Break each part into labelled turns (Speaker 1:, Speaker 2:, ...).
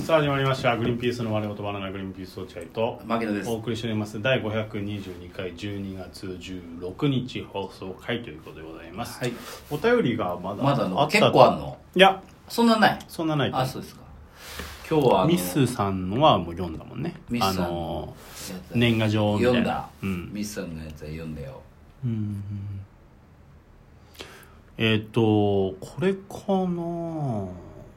Speaker 1: さあ始まりました「グリーンピースの我々とバナナグリーンピース落合」と
Speaker 2: 牧野です
Speaker 1: お送りしております第522回12月16日放送回ということでございます、
Speaker 2: はい
Speaker 1: お便りがまだ
Speaker 2: まだ
Speaker 1: あ
Speaker 2: の
Speaker 1: った
Speaker 2: 結構あんの
Speaker 1: いや
Speaker 2: そんなない
Speaker 1: そんなないと
Speaker 2: あそうですか今日はあの
Speaker 1: ミスさんのはもう読んだもんね
Speaker 2: ミス
Speaker 1: あ
Speaker 2: さん
Speaker 1: の
Speaker 2: やつ
Speaker 1: 年賀状みたいな
Speaker 2: 読んだ、
Speaker 1: うん
Speaker 2: ミスさんのやつは読んだよ
Speaker 1: うんえっ、とこれかな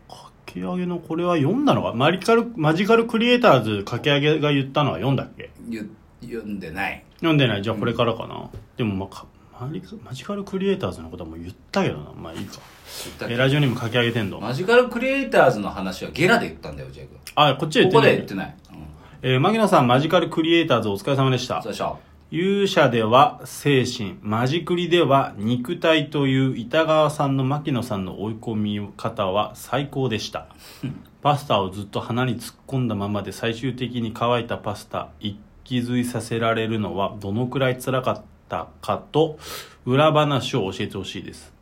Speaker 1: かき揚げのこれは読んだのかマリカルマジカルクリエイターズかき揚げが言ったのは読んだっけ
Speaker 2: ゆ読んでない
Speaker 1: 読んでないじゃあこれからかな、でも、まあか、マリマジカルクリエイターズのことはもう言ったけどなまあいいか
Speaker 2: 言ったっけ
Speaker 1: えラジオにも書き上げてんの
Speaker 2: マジカルクリエイターズの話はゲラで言ったんだよジェイ君
Speaker 1: あこっちで言
Speaker 2: こ
Speaker 1: っ
Speaker 2: こ
Speaker 1: て
Speaker 2: で
Speaker 1: な
Speaker 2: 言っ
Speaker 1: い
Speaker 2: てない、うん、
Speaker 1: えー、牧野さんマジカルクリエイターズお疲れ様でした
Speaker 2: そうでしょ
Speaker 1: 勇者では精神、マジクリでは肉体という板川さんの牧野さんの追い込み方は最高でした。パスタをずっと鼻に突っ込んだままで最終的に乾いたパスタ、一気食いさせられるのはどのくらい辛かったかと、裏話を教えてほしいです。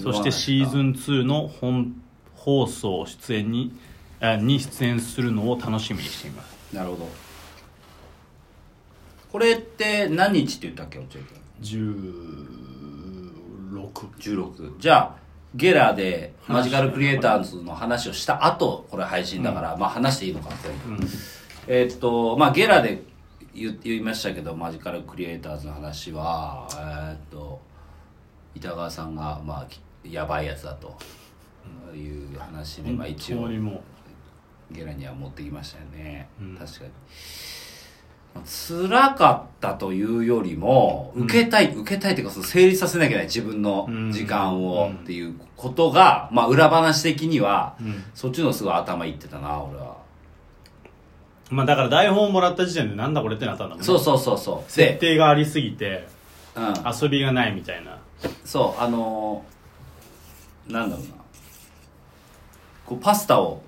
Speaker 1: そしてシーズン2の本放送出演に、あに出演するのを楽しみにしています。
Speaker 2: ンなるほどこれって何日って言ったっけジェイ君
Speaker 1: 16。
Speaker 2: 16じゃあゲラでマジカルクリエイターズの話をした後これ配信だから、まあ話していいのかって、えーっとまあゲラで言言いましたけどマジカルクリエイターズの話はえーっと板川さんがまあきやばいやつだという話で、まあ、一応
Speaker 1: 本当にもう
Speaker 2: ゲラには持ってきましたよね、
Speaker 1: うん
Speaker 2: 確かにまあ辛かったというよりも受けたい、受けたいというかその成立させなきゃいけない自分の
Speaker 1: うん
Speaker 2: 時間
Speaker 1: う
Speaker 2: を
Speaker 1: ん
Speaker 2: っていうことが、まあ裏話的には、
Speaker 1: うん
Speaker 2: そっちのすごい頭いってたな俺は
Speaker 1: まあだから台本をもらった時点でなんだこれってなったんだもんね
Speaker 2: そうそうそうそう
Speaker 1: 設
Speaker 2: で、
Speaker 1: 定がありすぎて
Speaker 2: うん、
Speaker 1: 遊びがないみたいな
Speaker 2: そうあのーなんだろうなこうパスタを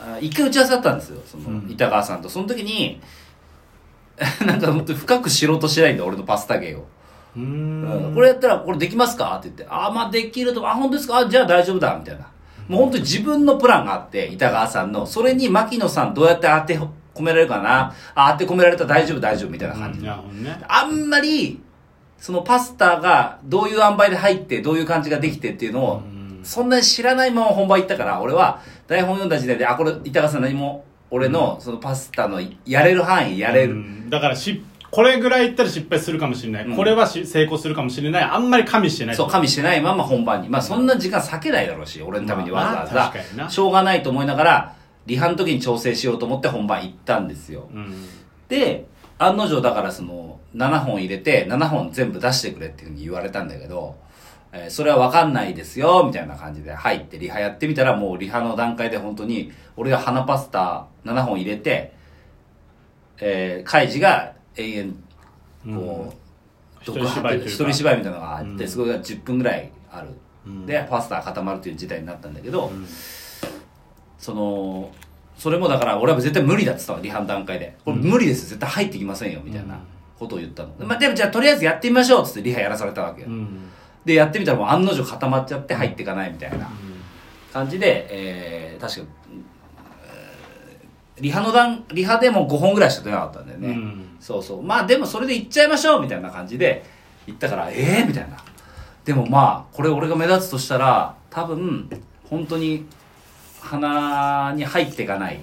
Speaker 2: あ一回打ち合わせだったんですよその
Speaker 1: うん
Speaker 2: 板川さんとその時に なんか本当に深く知ろうとしてないんだ俺のパスタ芸を、
Speaker 1: うー
Speaker 2: うん
Speaker 1: ん
Speaker 2: これやったらこれできますかって言ってああまあできるとあ本当ですかあじゃあ大丈夫だみたいなもう本当に自分のプランがあって板川さんのそれに牧野さんどうやって当て込められるかなあ当て込められたら大丈夫大丈夫みたいな感じ
Speaker 1: うん
Speaker 2: で
Speaker 1: なるほどね
Speaker 2: あんまり、そのパスタがどういう塩梅で入って、どういう感じができてっていうのを、
Speaker 1: うん
Speaker 2: そんなに知らないまま本番行ったから、俺は台本読んだ時点で、あ、これ、板川さん何も、俺のそのパスタのやれる範囲やれ
Speaker 1: う
Speaker 2: る。
Speaker 1: んだからしこれぐらい言ったら失敗するかもしれない、
Speaker 2: うん
Speaker 1: これはし成功するかもしれないあんまり加味してない
Speaker 2: そう、加味してないまま本番に。まあそんな時間避けないだろうし、俺のためにわざ
Speaker 1: まあまあ確
Speaker 2: わ
Speaker 1: かに
Speaker 2: ざ、
Speaker 1: な
Speaker 2: しょうがないと思いながら、リハの時に調整しようと思って本番行ったんですよ。
Speaker 1: うん
Speaker 2: で案の定だからその7本入れて7本全部出してくれっていうふうに言われたんだけど、えーそれは分かんないですよみたいな感じで入ってリハやってみたらもうリハの段階で本当に俺が花パスタ7本入れて、えー、カイジが延々こ
Speaker 1: う
Speaker 2: う、
Speaker 1: ん
Speaker 2: 独白
Speaker 1: 一人芝居というか
Speaker 2: 一人芝居みたいなのがあって、
Speaker 1: うん
Speaker 2: それが10分ぐらいある、
Speaker 1: うん
Speaker 2: でパスタが固まるという事態になったんだけど、
Speaker 1: ん
Speaker 2: そのそれもだから俺は絶対無理だって言ったのリハの段階で「これ無理です絶対入ってきませんよ」みたいなことを言ったの、まあ、でもじゃあとりあえずやってみましょうっつってリハやらされたわけよ、
Speaker 1: うん
Speaker 2: でやってみたらもう案の定固まっちゃって入っていかないみたいな感じで、えー確かえーリハの段リハでも5本ぐらいしか出なかったんだよね、
Speaker 1: うん
Speaker 2: そうそうまあでもそれで行っちゃいましょうみたいな感じで行ったからええみたいなでもまあこれ俺が目立つとしたら多分本当に鼻に入っていかないっ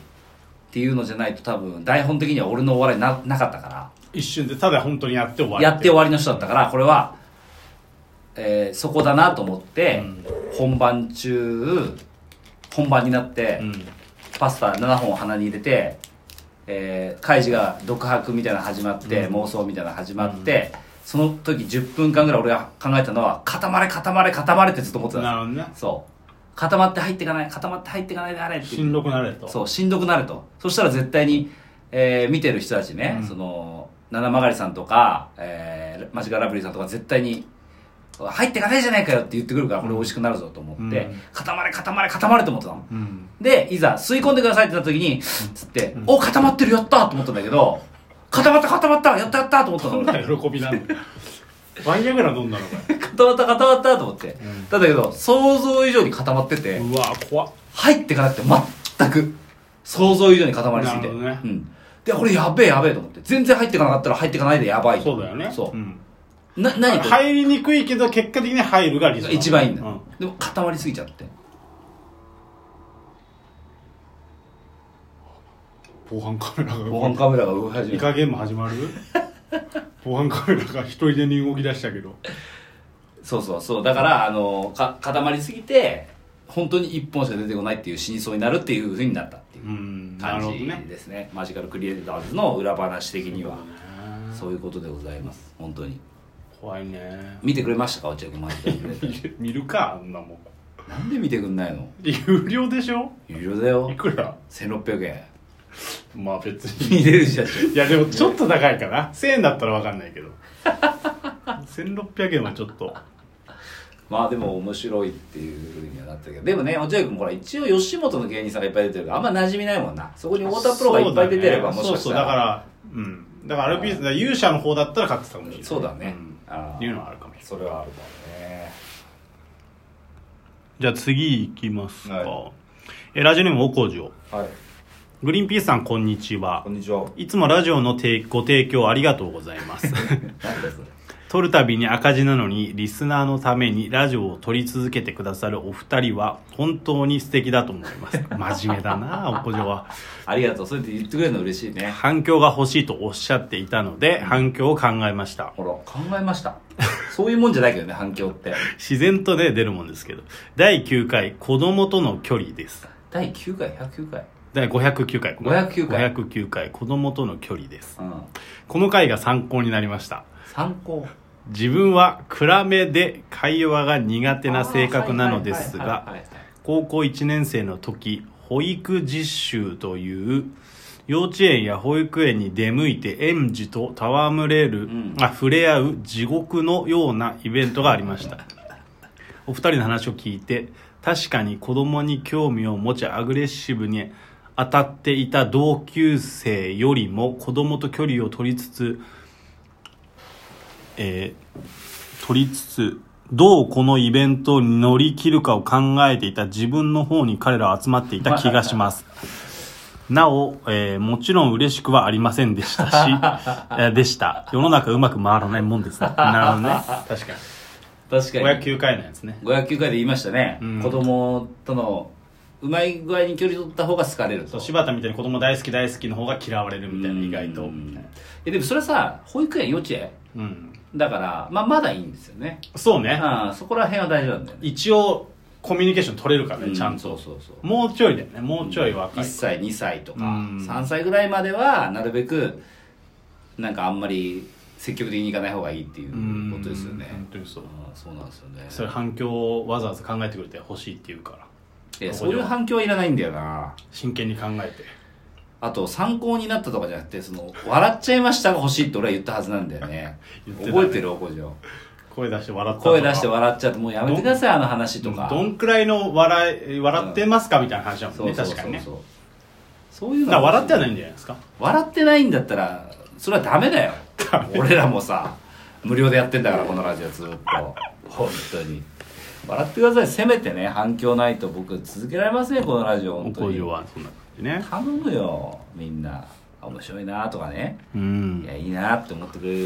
Speaker 2: ていうのじゃないと多分台本的には俺のお笑いななかったから
Speaker 1: 一瞬でただ本当にやって終わり
Speaker 2: やって終わりの人だったからこれは、えーそこだなと思って、本番中本番になって、
Speaker 1: うん
Speaker 2: パスタ7本を鼻に入れて、えー、カイジが独白みたいなの始まって、妄想みたいなの始まって、その時10分間ぐらい俺が考えたのは固まれ固まれ固まれってずっと思ってたんで
Speaker 1: な
Speaker 2: す
Speaker 1: る
Speaker 2: よ
Speaker 1: ほどね
Speaker 2: そう固まって入っていかない固まって入っていかないであれって
Speaker 1: しんどくなれと
Speaker 2: そうしんどくなるとそしたら絶対に、えー見てる人たちね、その七曲さんとか、えーマジカラブリーさんとか絶対に入っていかないじゃないかよって言ってくるからこれ美味しくなるぞと思って、
Speaker 1: うん
Speaker 2: 固まれ固まれ固まれと思ってたの、
Speaker 1: うん
Speaker 2: で、いざ吸い込んでくださいってなった時に、つって、お、固まってる、やったと思ったんだけど、固まった固まったやったやったと思ったの
Speaker 1: どんな
Speaker 2: 俺。
Speaker 1: 喜びなの ワイヤグラ飲んだのこれ
Speaker 2: 固まった固まったと思って。
Speaker 1: ん
Speaker 2: だけど、想像以上に固まってて、
Speaker 1: うわ怖っ
Speaker 2: 入ってかなくて全く想像以上に固まりすぎて、
Speaker 1: なるほどね
Speaker 2: うん、でこれやべえやべえと思って全然入ってかなかったら入ってかないでやばい
Speaker 1: そうだよね
Speaker 2: そうんな何これ
Speaker 1: 入りにくいけど結果的に入るが理想
Speaker 2: 一番いいんだ、
Speaker 1: うん
Speaker 2: でも固まりすぎちゃって
Speaker 1: 防犯カメラが
Speaker 2: 防犯カメラが動き始
Speaker 1: イ
Speaker 2: めた
Speaker 1: カゲーム始 まる防犯カメラが一人でに動き出したけど
Speaker 2: そうそうそうだからあのか固まりすぎて本当に一本しか出てこないっていう死にそうになるっていうふうになったっていううん
Speaker 1: な
Speaker 2: 感
Speaker 1: るほど
Speaker 2: じ
Speaker 1: ね
Speaker 2: ですねマジカルクリエイターズの裏話的には
Speaker 1: ね
Speaker 2: そういうことでございます本当に
Speaker 1: 怖いね
Speaker 2: 見てくれましたか落合君マジカルクリエイター
Speaker 1: 見る見るかあんなもん
Speaker 2: ズなんで見てくんないの
Speaker 1: 有料でしょ
Speaker 2: 有料だ
Speaker 1: い
Speaker 2: よ
Speaker 1: くら
Speaker 2: 1600円
Speaker 1: まあ別 に
Speaker 2: 見れるじゃん
Speaker 1: いやでもちょっと高いかな1000円だったら分かんないけど 1600円はちょっと
Speaker 2: まあでも面白いっていうふうにはなったけどでもね落合君ほら一応吉本の芸人さんがいっぱい出てるからあんま馴染みないもんなそこに太田プロがいっぱい出てればもしかし
Speaker 1: そう
Speaker 2: た
Speaker 1: だねそうそうだかららうんだから RP だから勇者の方だったら買ってたかもしれない
Speaker 2: そうだね
Speaker 1: ん
Speaker 2: あ
Speaker 1: って
Speaker 2: ー
Speaker 1: いうのはあるかもしれない
Speaker 2: それはあるかもね
Speaker 1: じゃあ次行きますか、
Speaker 2: は
Speaker 1: えラジオネームおこじょ
Speaker 2: はい
Speaker 1: グリーンピースさんこんにちは
Speaker 2: んにちはい
Speaker 1: つもラジオの提ご提供ありがとうございます
Speaker 2: 何です
Speaker 1: 撮るたびに赤字なのにリスナーのためにラジオを撮り続けてくださるお二人は本当に素敵だと思います真面目だなおこじょは
Speaker 2: ありがとうそうやって言ってくれるの嬉しいね
Speaker 1: 反響が欲しいとおっしゃっていたので反響を考えました
Speaker 2: ほら考えましたそういうもんじゃないけどね反響って
Speaker 1: 自然とね出るもんですけど第9回子供との距離です
Speaker 2: 第9回109回
Speaker 1: 第509回
Speaker 2: 509回
Speaker 1: 509回子供との距離です
Speaker 2: うん
Speaker 1: この回が参考になりました
Speaker 2: 参考
Speaker 1: 自分は暗めで会話が苦手な性格なのです
Speaker 2: あーはい
Speaker 1: が
Speaker 2: はいはいはい
Speaker 1: 高校1年生の時保育実習という幼稚園や保育園に出向いて園児と戯れる、
Speaker 2: ん
Speaker 1: あ触れ合う地獄のようなイベントがありましたお二人の話を聞いて確かに子供に興味を持ちアグレッシブに当たっていた同級生よりも子供と距離を取りつつえー取りつつどうこのイベントに乗り切るかを考えていた自分の方に彼らは集まっていた気がし ますなお、えーもちろん嬉しくはありませんでしたし えーでした世の中うまく回らないもんですね なるほどね確かに
Speaker 2: 確かに
Speaker 1: 509回のやつね
Speaker 2: 509回で言いましたね、
Speaker 1: うん
Speaker 2: 子供とのうまい具合に距離取った方が好かれる
Speaker 1: そ
Speaker 2: と
Speaker 1: う柴田みたいに子供大好き大好きの方が嫌われるみたいな意外と
Speaker 2: う
Speaker 1: み
Speaker 2: ん
Speaker 1: たい
Speaker 2: いやでもそれさ保育園幼稚園
Speaker 1: なうん
Speaker 2: だから、まあ、まだいいんですよね
Speaker 1: そうね
Speaker 2: ああそこら辺は大丈夫なんだよね
Speaker 1: 一応コミュニケーション取れるからねちゃんと
Speaker 2: とそうそうそう
Speaker 1: もうちょいだよねもうちょい若い
Speaker 2: 1歳2歳とか
Speaker 1: うん
Speaker 2: 3歳ぐらいまではなるべくなんかあんまり積極的にいかない方がいいっていうことですよね
Speaker 1: うん本当にそう
Speaker 2: ああそうなんですよね
Speaker 1: それ反響をわざわざ考えてくれてほしいって言うから
Speaker 2: いやそういう反響はいらないんだよな
Speaker 1: 真剣に考えて
Speaker 2: あと参考になったとかじゃなくてその笑っちゃいましたが欲しいって俺は言ったはずなんだよね
Speaker 1: 言ってたね
Speaker 2: 覚えてるおこじょ
Speaker 1: 声出して笑ったとか
Speaker 2: 声出して笑っちゃってもうやめてくださいあの話とか
Speaker 1: どんくらいの笑い笑ってますかみたいな話だもん
Speaker 2: そ
Speaker 1: ね
Speaker 2: うそうそ
Speaker 1: 確
Speaker 2: う
Speaker 1: かにね
Speaker 2: そうそうい
Speaker 1: だ
Speaker 2: うの
Speaker 1: から
Speaker 2: は
Speaker 1: 笑ってはないんじゃないですか
Speaker 2: 笑ってないんだったらそれはダメだよ俺らもさ無料でやってんだからこのラジオずっと本当に笑ってくださいせめてね反響ないと僕続けられませんよこのラジオ
Speaker 1: お
Speaker 2: 本当
Speaker 1: 声
Speaker 2: に
Speaker 1: はそんな感じね
Speaker 2: 頼むよみんな面白いなとかね
Speaker 1: う
Speaker 2: い
Speaker 1: ん
Speaker 2: やいいなって思ってくれる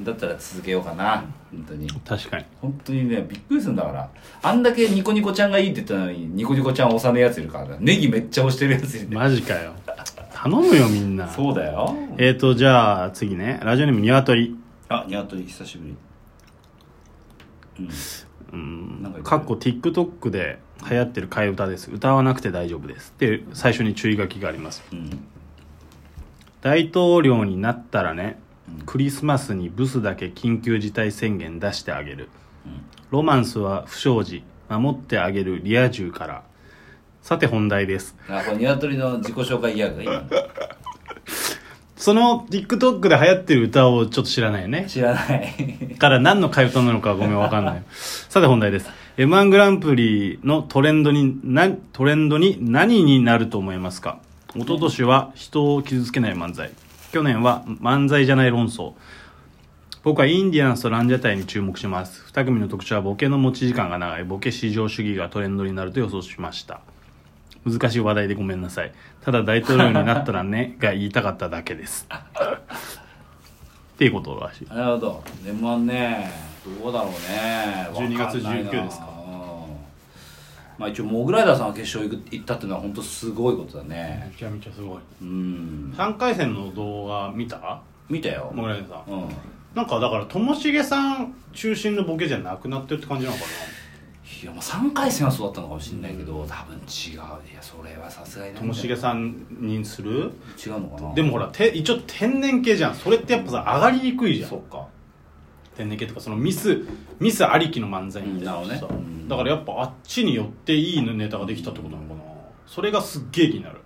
Speaker 2: んだったら続けようかな本当に
Speaker 1: 確かに
Speaker 2: 本当にねびっくりするんだからあんだけニコニコちゃんがいいって言ったのにニコニコちゃん押さねえやついるからなネギめっちゃ押してるやついる、
Speaker 1: マジかよ頼むよみんな
Speaker 2: そうだよ
Speaker 1: えーとじゃあ次ねラジオネームニワトリ
Speaker 2: あニワトリ久しぶり
Speaker 1: うん
Speaker 2: なんか言ってる
Speaker 1: かっこ TikTok で流行ってる替え歌です歌わなくて大丈夫ですって最初に注意書きがあります
Speaker 2: うん
Speaker 1: 大統領になったらね
Speaker 2: うん
Speaker 1: クリスマスにブスだけ緊急事態宣言出してあげる
Speaker 2: うん
Speaker 1: ロマンスは不祥事守ってあげるリア充からさて本題です
Speaker 2: あこれ鶏の自己紹介ギャグが今の
Speaker 1: その TikTok で流行ってる歌をちょっと知らないよね
Speaker 2: 知らない
Speaker 1: から何の替え歌なのかはごめんわかんない さて本題です m 1グランプリのトレンドになトレンドに何になると思いますか一昨年は人を傷つけない漫才去年は漫才じゃない論争僕はインディアンスとランジャタイに注目します2組の特徴はボケの持ち時間が長いボケ至上主義がトレンドになると予想しました難しい話題でごめんなさいただ大統領になったらね が言いたかっただけですっていうことらしい
Speaker 2: なるほど m 1ねどうだろうね
Speaker 1: 12月19
Speaker 2: わんないな
Speaker 1: ですか
Speaker 2: うんまあ一応モグライダーさんが決勝行く行ったっていうのは本当すごいことだね
Speaker 1: ちゃめちゃすごい
Speaker 2: うん
Speaker 1: 3回戦の動画見た
Speaker 2: 見たよ
Speaker 1: モグライダーさん
Speaker 2: うん
Speaker 1: なんかだからともしげさん中心のボケじゃなくなってるって感じなのか
Speaker 2: いやまあ3回戦はそうだったのかもしれないけど、多分違ういやそれはさすがに
Speaker 1: な
Speaker 2: な
Speaker 1: ともしげさんにする
Speaker 2: 違うのかな
Speaker 1: でもほらて一応天然系じゃんそれってやっぱさ上がりにくいじゃん
Speaker 2: そっか
Speaker 1: 天然系とかそのミスミスありきの漫才みたいな
Speaker 2: うんなる
Speaker 1: さ
Speaker 2: ほどねうん
Speaker 1: だからやっぱあっちによっていいネタができたってことなのかなそれがすっげえ気になる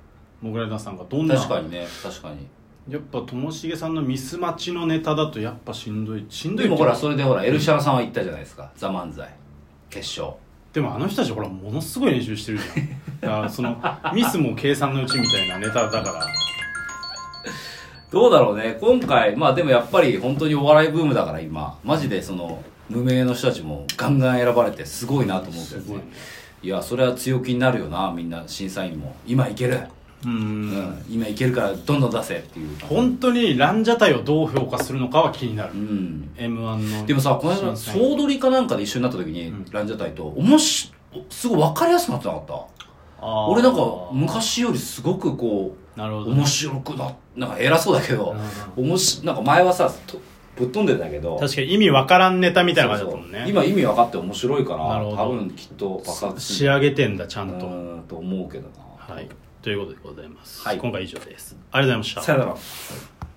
Speaker 1: モグライダーさんがどんな
Speaker 2: 確かにね確かに
Speaker 1: やっぱともしげさんのミス待ちのネタだとやっぱしんどいしんどいっ
Speaker 2: で
Speaker 1: て
Speaker 2: もほらそれでほらエルシャラさんは行ったじゃないですか「ザ・漫才」決勝
Speaker 1: でもあの人たちほらものすごい練習してるじ ゃんだからそのミスも計算のうちみたいなネタだから
Speaker 2: どうだろうね今回まあでもやっぱり本当にお笑いブームだから今マジでその無名の人たちもガンガン選ばれてすごいなと思うけ
Speaker 1: す
Speaker 2: ど
Speaker 1: ごい
Speaker 2: ね
Speaker 1: ね
Speaker 2: いやそれは強気になるよなみんな審査員も今いける、
Speaker 1: う
Speaker 2: うんん、今いけるからどんどん出せっていう
Speaker 1: 本当にランジャタイをどう評価するのかは気になる
Speaker 2: うん、
Speaker 1: m 1の
Speaker 2: でもさこの
Speaker 1: 審
Speaker 2: 間
Speaker 1: 査員
Speaker 2: 総取りかなんかで一緒になった時に、ランジャタイとおもしすごい分かりやすくなってなかった
Speaker 1: あー
Speaker 2: 俺なんか昔よりすごくこ
Speaker 1: なる
Speaker 2: う
Speaker 1: ほどね
Speaker 2: 面白くななんか偉そうだけど
Speaker 1: うん、
Speaker 2: おもしなんか前はさとぶっ飛んでたけど
Speaker 1: 確かに意味わからんネタみたいな感じだったもん
Speaker 2: そ
Speaker 1: ね
Speaker 2: うそう今意味分かって面白いから
Speaker 1: なるほど
Speaker 2: 多分きっと爆発
Speaker 1: 仕
Speaker 2: る
Speaker 1: 上げてんだちゃんと、
Speaker 2: んと思うけどな
Speaker 1: はいということでございます、
Speaker 2: はい
Speaker 1: 今回以上ですありがとうございました
Speaker 2: さよなら